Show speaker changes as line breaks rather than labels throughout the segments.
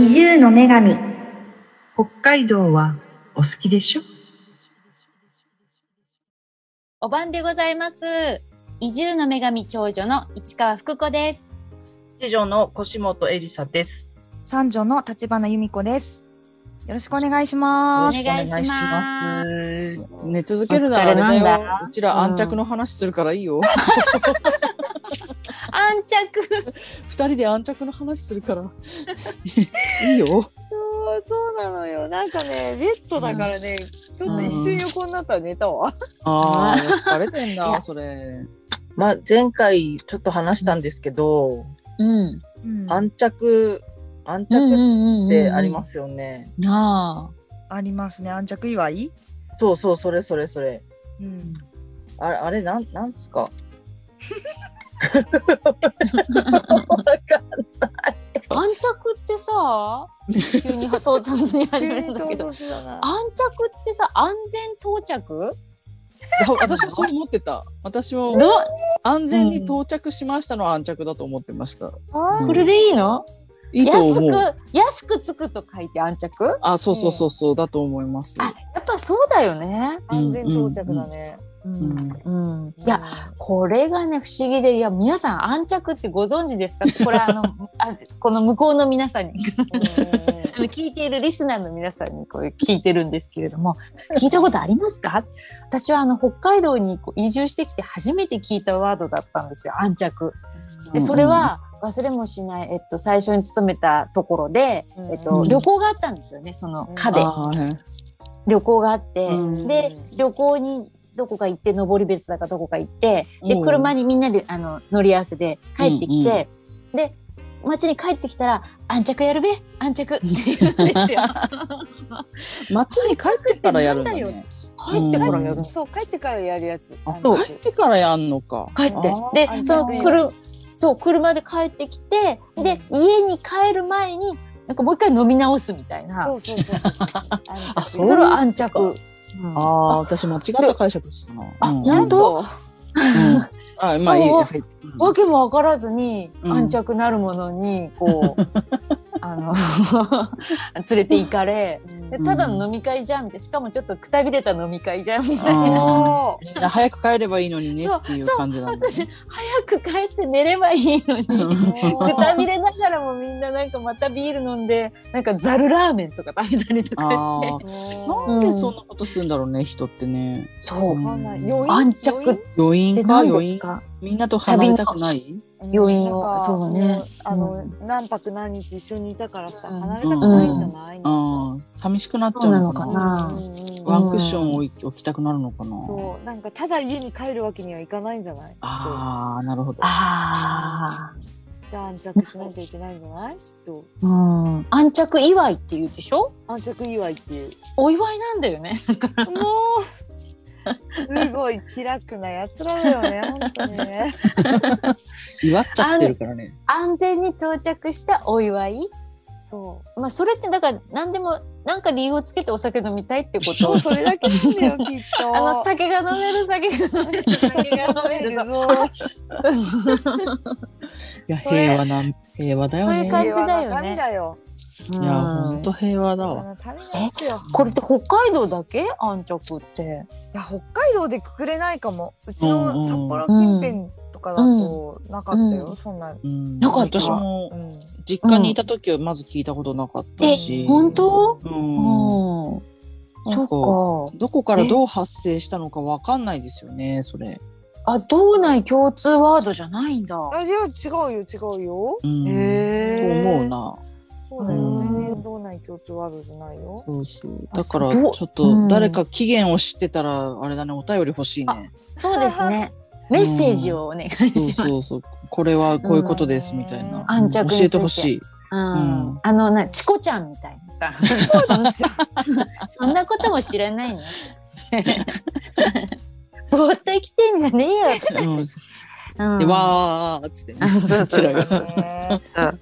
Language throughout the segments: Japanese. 女神
北海道はお好きでしょ
お晩でございます。移住の女神長女の市川福子です。
次女の腰本エリサです。
三女の立花由美子です。よろしくお願いし
お
ま
願
す。
いします
お願いしま
寝続けるならあれだよ。うちら安着の話するからいいよ。
安着
二人で安着の話するから。 いいよ。
そう、そうなのよ。なんかね、ベッドだからね、ちょっと一瞬横になったら寝たわ。
ああ、疲れてん
いや
な、それ。
まあ、前回ちょっと話したんですけど、
うん。
うん
安着、安
うんう
着
んうん。。
ってありますすよね。
な
ありますね。安着祝い。
そうそう、それそれそれ。
うん。
あれ、あれなん、なんですか
あ。安着ってさ、急に唐突に始
急
める
に
んだ
唐
けど。
突だな。
安着ってさ、安全到着
あ私はそう思ってた。私
ど
も安全に到着しましたの安着だと思ってました。
あ
これでいいの
いいと
安
思う。
く、安くつくと書いて安着
あ、そうそうそうそう、だと思います。
あ、やっぱそうだよね。
安全到着だね。
うん。うん。いや、
や、
これがね、不思議で、いや、皆さん、安着ってご存知ですか これ、あの、あこの向こうの皆さんに、 あの聞いているリスナーの皆さんにこう聞いてるんですけれども、聞いたことありますか私は、あの、北海道にこう移住してきて初めて聞いたワードだったんですよ、安着。で、それは、忘れもしない、えっと、最初に勤めたところで、えっと、
うん
旅行があったんですよね、その、課で。
あーはい
旅行があって、
うん
で旅行にどこか行って登別だかどこか行ってで
うん
車にみんなであの乗り合わせで帰ってきて、で街に帰ってきたら「安着やるべ安着」って言うんですよ。
街に帰ってからやるんだ
安着ってなん
ね。
帰ってからやる
う
の
ん
そう、帰ってからやるやつ。
あ
あの
帰ってからやんのか。
帰って
あー
でその
安着
くるそう車で帰ってきてで家に帰る前になんかもう一回飲み直すみたいな
そうそうそう。
あ
の
そ
そうれは安着。うん
ああ、私間違った解釈してたな。
あ
うん
なんと
うんあ、まあいい。
そう
はいうん
わけもわからずに、
う
安
ん
着なるものにこ うあの 連れて行かれでただの飲み会じゃんみたいなしかもちょっとくたびれた飲み会じゃんみたいな。
あ
みんな早く帰ればいいのにね
そう
っていう感じなんだ、
私早
ね。
く帰って寝ればいいのにく
ー
たびれながらもみんななんかまたビール飲んでなんかざるラーメンとか食べたりとか
あ
して
ーなんでそんなことするんだろうね、人ってね。
そう
わかんない余韻
安着
余韻
余
で
韻か
何
余
です
韻。
か
みんなと離れたくない。
余韻を
なんか
そうね
あの、
う
何泊何日一緒にいたからさ、
うん
離れたくないんじゃない、
う
うん
ん、寂しくなっちゃうのか
そう
な。
なのかな
うんうん
ワンクッションを置い置きたくなるのかな。
そうなんかただ家に帰るわけにはいかないんじゃない
ああ、なるほど。
あ
きっと安着しなきゃいけないんじゃないきっと
あうん安着祝いっていうでしょ
安着祝いっていう
お祝いなんだよね
もうすごい気楽なやつらだよね本当にね
祝っちゃってるからね。
安全に到着したお祝い、
そ
まあ、それってだから何でも何か理由をつけてお酒飲みたいってこ
うそうそ
と
れだけなんだよきっと
あの酒が飲める酒が飲める酒が飲める
る
そ
ぞ
いや、平和なん、平和だよ
こういう
ね。
感じだよね
平和な民だよ
う
いや、本当平和だ
平和な
わ。
民なんですよ
これって北海道だけ安着って
いや、北海道でくくれないかも。うち
うん
の
うん
札幌近辺とかだと、なかったよ。
うん
そんな。
うん、
なかった
私も
うん。
実家にいた時はまず聞いたことなかったし。
え本当
う。
うんん
な
そ
んか
う
どこからどう発生したのかわかんないですよね、それ。
かあ道内共通ワードじゃないんだ
あいや違うよ違うよ
うんと
へ
思うな。
そうだよ
うん
ね道内共通ワードじゃないよ
そうそう。
あ
だから、
すごい
ちょっ
うん
と誰か期限を知ってたら、あれだね、お便り欲しいね。
そうですね メッセージをお願いしま
そう
す、
そうそう。これはこういうことです、みたいな。
安着について
教えてほしい。
うん
うん
あのなチコちゃんみたいなさ そんなことも知らないの ぼーっと生きてんじゃねえよ、
うん
うん
で、わーっつってね。
そう
うちらが。
ね
そう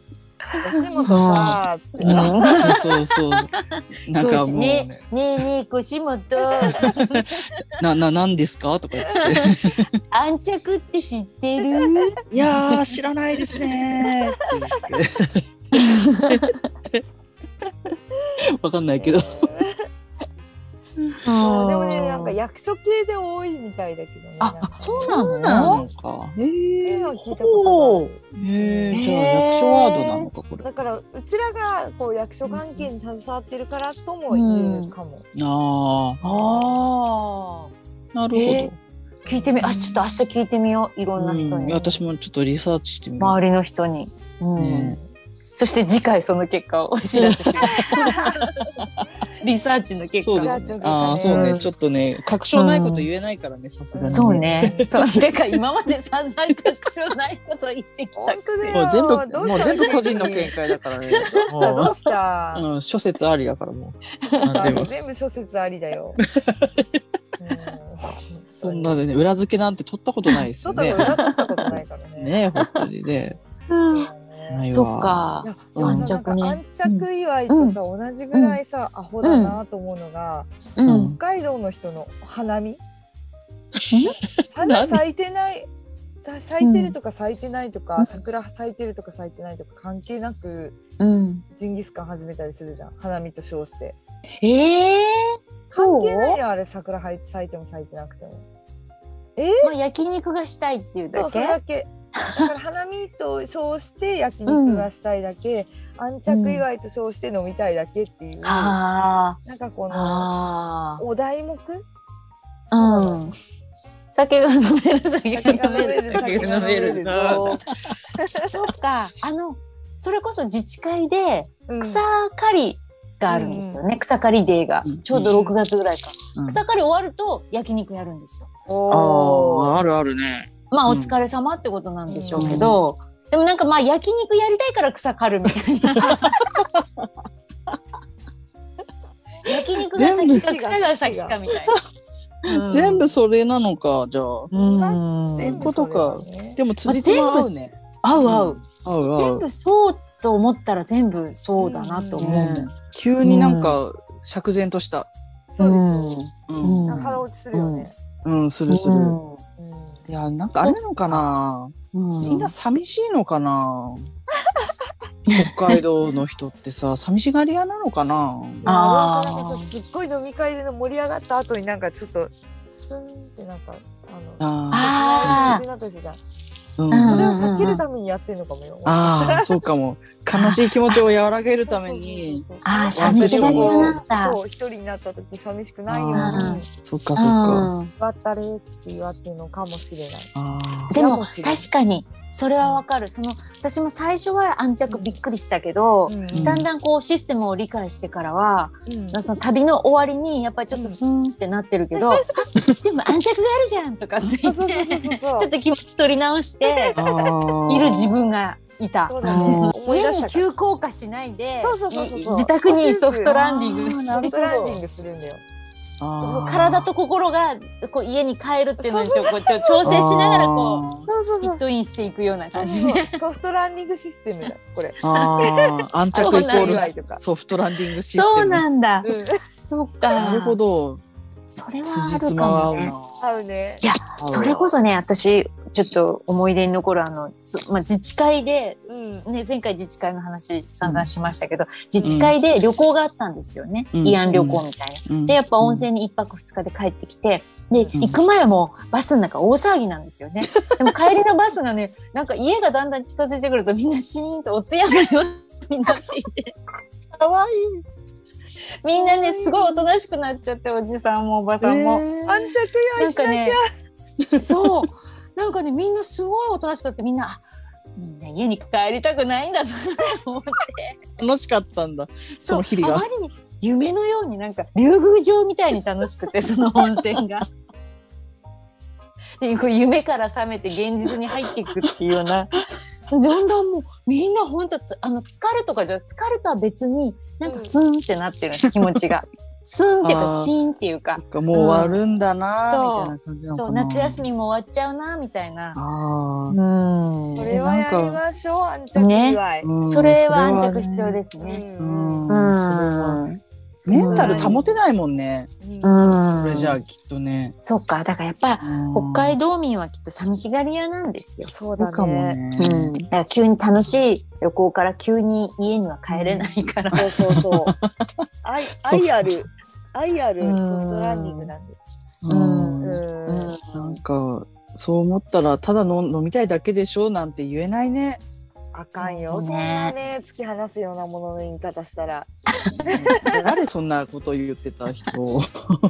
吉本さ、つ ってな。
そうそう。なんかもうね、
ねねえねえ腰元
な、な、なんですかとか言ってて。
安着って知ってる
いやー、知らないですねーって言って。 わかんないけど。
うんで
で
もね、なんか役所系で多いみたいだけどね。
あ、そうな
そう
の
なのか。へ
っていう
え
のを聞いたことがある。
へえ。じゃあ
へえ
役所ワードなのかこれ。あ
だから、うちらがこう役所関係に携わってるからとも言えるかも。
あ
あ
ー、なる
え
ほ
あ。聞いてみ、あ、ちょっと明日聞いてみよう。いろんな
ど。う
人
ん、
に。
私もちょっとリサーチしてみよう。
周りの人に。うん
ね
そして次回その結果をお知らせし ます。リサーチの結
そうで
果
す
リサー
を。
ね
チを聞い。たね
ああー、そう
うん
ね。ちょっとね、確証ないこと言えないからね、さすがに。
そう。ね。そう。てか今まで散々確証ないこと言ってきた
本。当だよ。
もう全
どう
部、もう
した
全部個人の見解だからね。
どうした どうした、
うん、諸説ありだからも う。なんでも。
全部諸説ありだ よ。うん
そんなでね、裏付けなんて取ったことないです
ちょっ
よ
と
ね。
裏取ったことないからね。
ね、本当にね。ないわ
そっ。か
い。やで
うん
もさなんか
安
安
着ね
着祝いとさ、同じぐらいさ、アホだなと思うのが、
う
うんん。
北海道の人の花見花咲いてないだ咲いてるとか咲いてないとか、
うん
桜咲いてるとか咲いてないとか関係なく
うん。
ジンギスカン始めたりするじゃん花見と称して
ええ。
関係ないよあれ桜咲いて咲いても咲いてなくても
まあ焼肉がしたいっていう
そ
だ
うそ
け
れ。だけだから花見と称して焼肉がしたいだけ、安着祝いと称して飲みたいだけっていう、な
あ
んかこの
あ。あ
お題目
あ。うん。酒が飲める酒が飲める
酒が飲める
酒が飲めるそうかあのそれこそ自治会で
うん
草刈りがあるんですよね、草刈りデーが、
うん
ちょうど6月ぐらいか、
うん
草刈り終わると焼肉やるんですよ
あ
おー
あ、あるあるね。
まあお
うん
疲れ様ってことなんでしょうけど、でもなんかまあ焼肉やりたいから草刈るみたい な焼肉が先か
全部
草が先かみたいな、うん
全部それなのか、じゃあ。
うん
全部
こ
それ
と
だ
か
ね
でも、辻褄合うね。
合う合う、
合う合
全
う。
部そうと思ったら全部そうだなと思う、
ね急になんか、釈然とした。
そうでしょ
う。
うんん
腹落ちするよね、
うん、するする。
うん
いや、なんかあれなのかな。
うん
みんな寂しいのかな。北海道の人ってさ、 寂しがり屋なのかな。
あ
あー
あ、なんかすっごい飲み会での盛り上がった後になんかちょっとスンってなんかあの
あ
感
あー
じになったりするじゃん。
あ、う
うん
それを
ん。
避けるためにやってるのかもよ。
ああ、そうかも。悲しい気持ちを和らげるため
そう
に。
そうそうそう。
あー
寂しがり屋
なんだ
そう一人になった時寂しくないよう
あ
に
ーそっか、そっか。
うん
祝ったれっつって祝ってるのかもしれない。
あ
で
か
も
もしれない
確かにそれはわかる、その私も最初は安着びっくりしたけど、
ん
だんだんこうシステムを理解してからは、
うん
その旅の終わりにやっぱりちょっとスンってなって るけど、あでも安着があるじゃんとかって言
あ
っ
そうそう
て
そうそう
ちょ
そ
っと気持ち取り直して
あ。ああ
いる自。分がいた
う。そうだね。思い
家
出し
に
たから
急降下しないで
そうそうそうそう
い自宅にソフトランディ ングし
あーな
て
ソ
る
フトランディングするんだよ。
そう体と心がこう家に帰るっていうのにちょこうちょ調整しながらこう。
う。
そうそう
フィ
そ
ッ
う。
トインしていくような
そ
感
う
じ
そう
で。
ソフトランディングシステ ムだこれ。
ああ、安着イ
そ
コ
うなん
ー
だ
ルソフトランディングシステム。
そうなんだ。
うん。
そうか。
なるほ。ど。
それはあ
辻
る
褄は
か
合
も
う
ね。
な。
合うね。
合う
それこそね、私、ちょっと思い出に残るあの、そまあ、自治会で、
うん。
ね、前回自治会の話散々しましたけど、自治会で旅行があったんですよね。
うん
慰安旅行みたいな。
うん
で、やっぱ温泉に一泊二日で帰ってきて、で、
ん
行く前もバスの中大騒ぎなんですよね。 でも帰りのバスがね、なんか家がだんだん近づいてくるとみんなシーンとおつやのようになっていて。
可愛い
みんなね、すごいおとなしくなっちゃって、おじさんもおばさんも。
えー
安着用
な
意
ん
しな
か
きゃ、
ね、そう。なんかね、みんなすごいおとなしくなって、みんな、あみんな家に帰りたくないんだなって思って。
楽しかったんだ。 その日々
あ
が
ま。りに夢のようになんか、竜宮城みたいに楽しくて、その温泉が。でこう夢から覚めて現実に入っていくっていうようなだんだんもうみんな本当つあの疲れとかじゃ疲れとは別になんかスンってなってるんです気持ち がスンっていうか
あー
チーンっていうか
そっかもう終わるんだな
うん
みたいな感じなの
そ
かな。
う夏休みも終わっちゃうなみたいな。
あ
う
あ
ん
そ
そ
れ
れ
は
は
や
や
り
り
ま
ま
しょう、安
着
着
祝い
祝い。
うん。
それは安着必要です
う。
ね。
うんん。
う
それは
ん。
メンタル保てないもんね。
うん
これじゃあきっとね。
そっかだからやっぱ
北
北海道民はきっと寂しがり屋なんですよ。
そう
道
だ
かも
ね。
う
ね。
ん、だから急に楽しい旅行から急に家には帰れないから、
そうそうそう。 愛愛ある愛ある
う
ソ
ん
フトランニングなんで。
うん
う。
うんん
なんかそう思ったらただの飲みたいだけでしょなんて言えないね。
あかんよ。
そうね
そんなね突き放すようなものの言い方したら。
誰そんなこと言ってた人。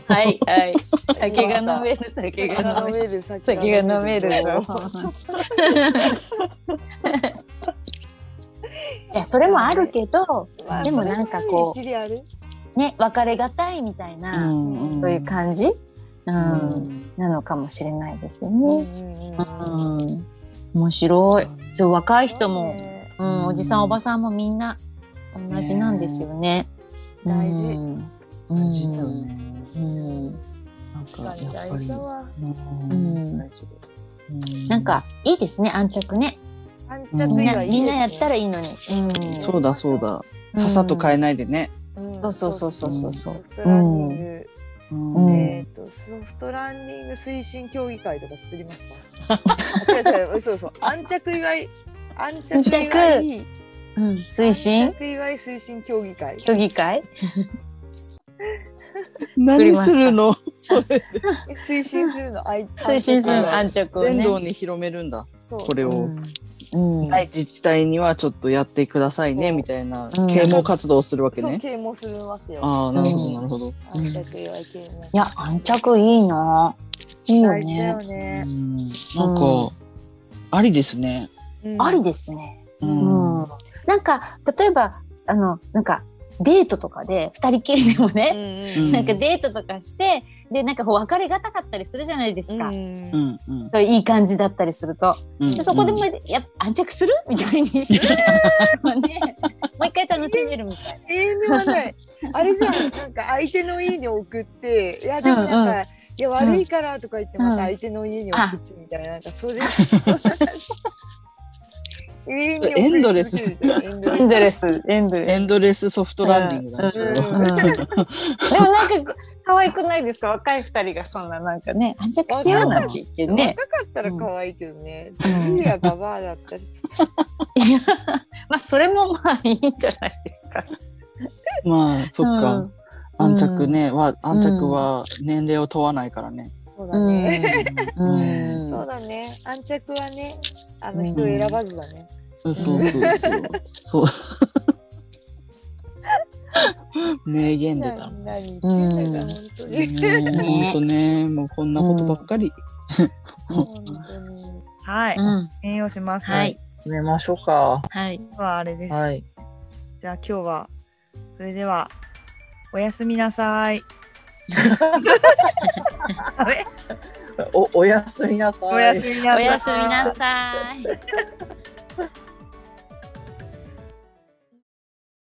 はいはい 酒が飲める酒
酒
が
が飲
飲め
め
る
る
酒が飲める
ぞ
ぞいやそれもあるけど
まあ
でもなんかこう
それは一理ある
ね別れがたいみたいな、
ん
そういう感じ、うん
うん
なのかもしれないですよ
うん
ね。
うんうん
うん、面白いそう若い人も、
ね
うん、おじさんおばさんもみんな同じなんですよね。
ね大事
うん
感じだよね。
うん
なん
確か
か
に
やっぱ
大
り
事。だわ
うん大事だ
なんかいいですね安直ね
安
う
着
み
ん
ん
以
な
外いい
みんなやったら
い
いいのに、うん、
そうだそうだ。さっさと変えないでね。
い
そうそうそうそうそう
ソフトランニング
うん
うん
えっとソフトランニング推進協議会とか作りますか違う違うそうそう安着祝い安着祝い
うん推
安
進
着祝い推進協議会
協議会
何するの？それ
え推進するのあい
推進するの
安
安直を
全
ね
道に広めるんだ。
そう
これを。
うん、うん
はい、自治体にはちょっとやってくださいねみたいな
うん
啓蒙活動をするわけ
そう
ね。
啓蒙するわけよ
ああ、なるほど、なるほど。
安着祝い啓蒙
いや安着いいないいよ
大事だ
ね
よね
うんなんか、ありですね。
うん
ありですね、
う。
うん
うん
なんか例えばあのなんかデートとかで二人きりでも
う
ね、
うん
なんかデートとかしてでなんかこう別れがたかったりするじゃないですか、
うん
うん
そういい感じだったりすると
うん
でそこでもうやっぱ安着するみたいにして、ね、 もう一回楽しめるみたい
永遠ではない。あれじゃん、なんか相手の家に送って、いやでもなんか、
うんう
いや悪いからとか言って、ま
うん
た相手の家に送ってみたいな、なんかそれ。そんな感じ 永遠に送り続けるエンドレス。
な。
エンドレス
ドレスエンドレ
エ
ス。
ンドレスソフトランディングだね、そ
うん
れは。
でもなんか可愛くないですか若い二人がそんななんかね安着しようなんて言ってね。
若かったら可愛いけどね。
うん
父がババアだったりして。
いやまあそれもまあいいんじゃないですか。
まあ、そっ
う
か
ん。
安着ね、は、安着は年齢を問わないからね。
そうだね。
うん
うん
そうだね。安着はね、あ
う
の
ん
人を選ばずだね。
そうそうそう。そう。名言出た。
何言ってんだか、本当に。
本当ね、もうこんなことばっかり。
本当に。
はい。
うん
転用します。
は。い
進めましょうか。
はい
今日はあれです。
はい。
じゃあ今日は、それでは、おやすみなさい。
お、おやすみなさい。
おやすみな
お
さい。
やすみなさい。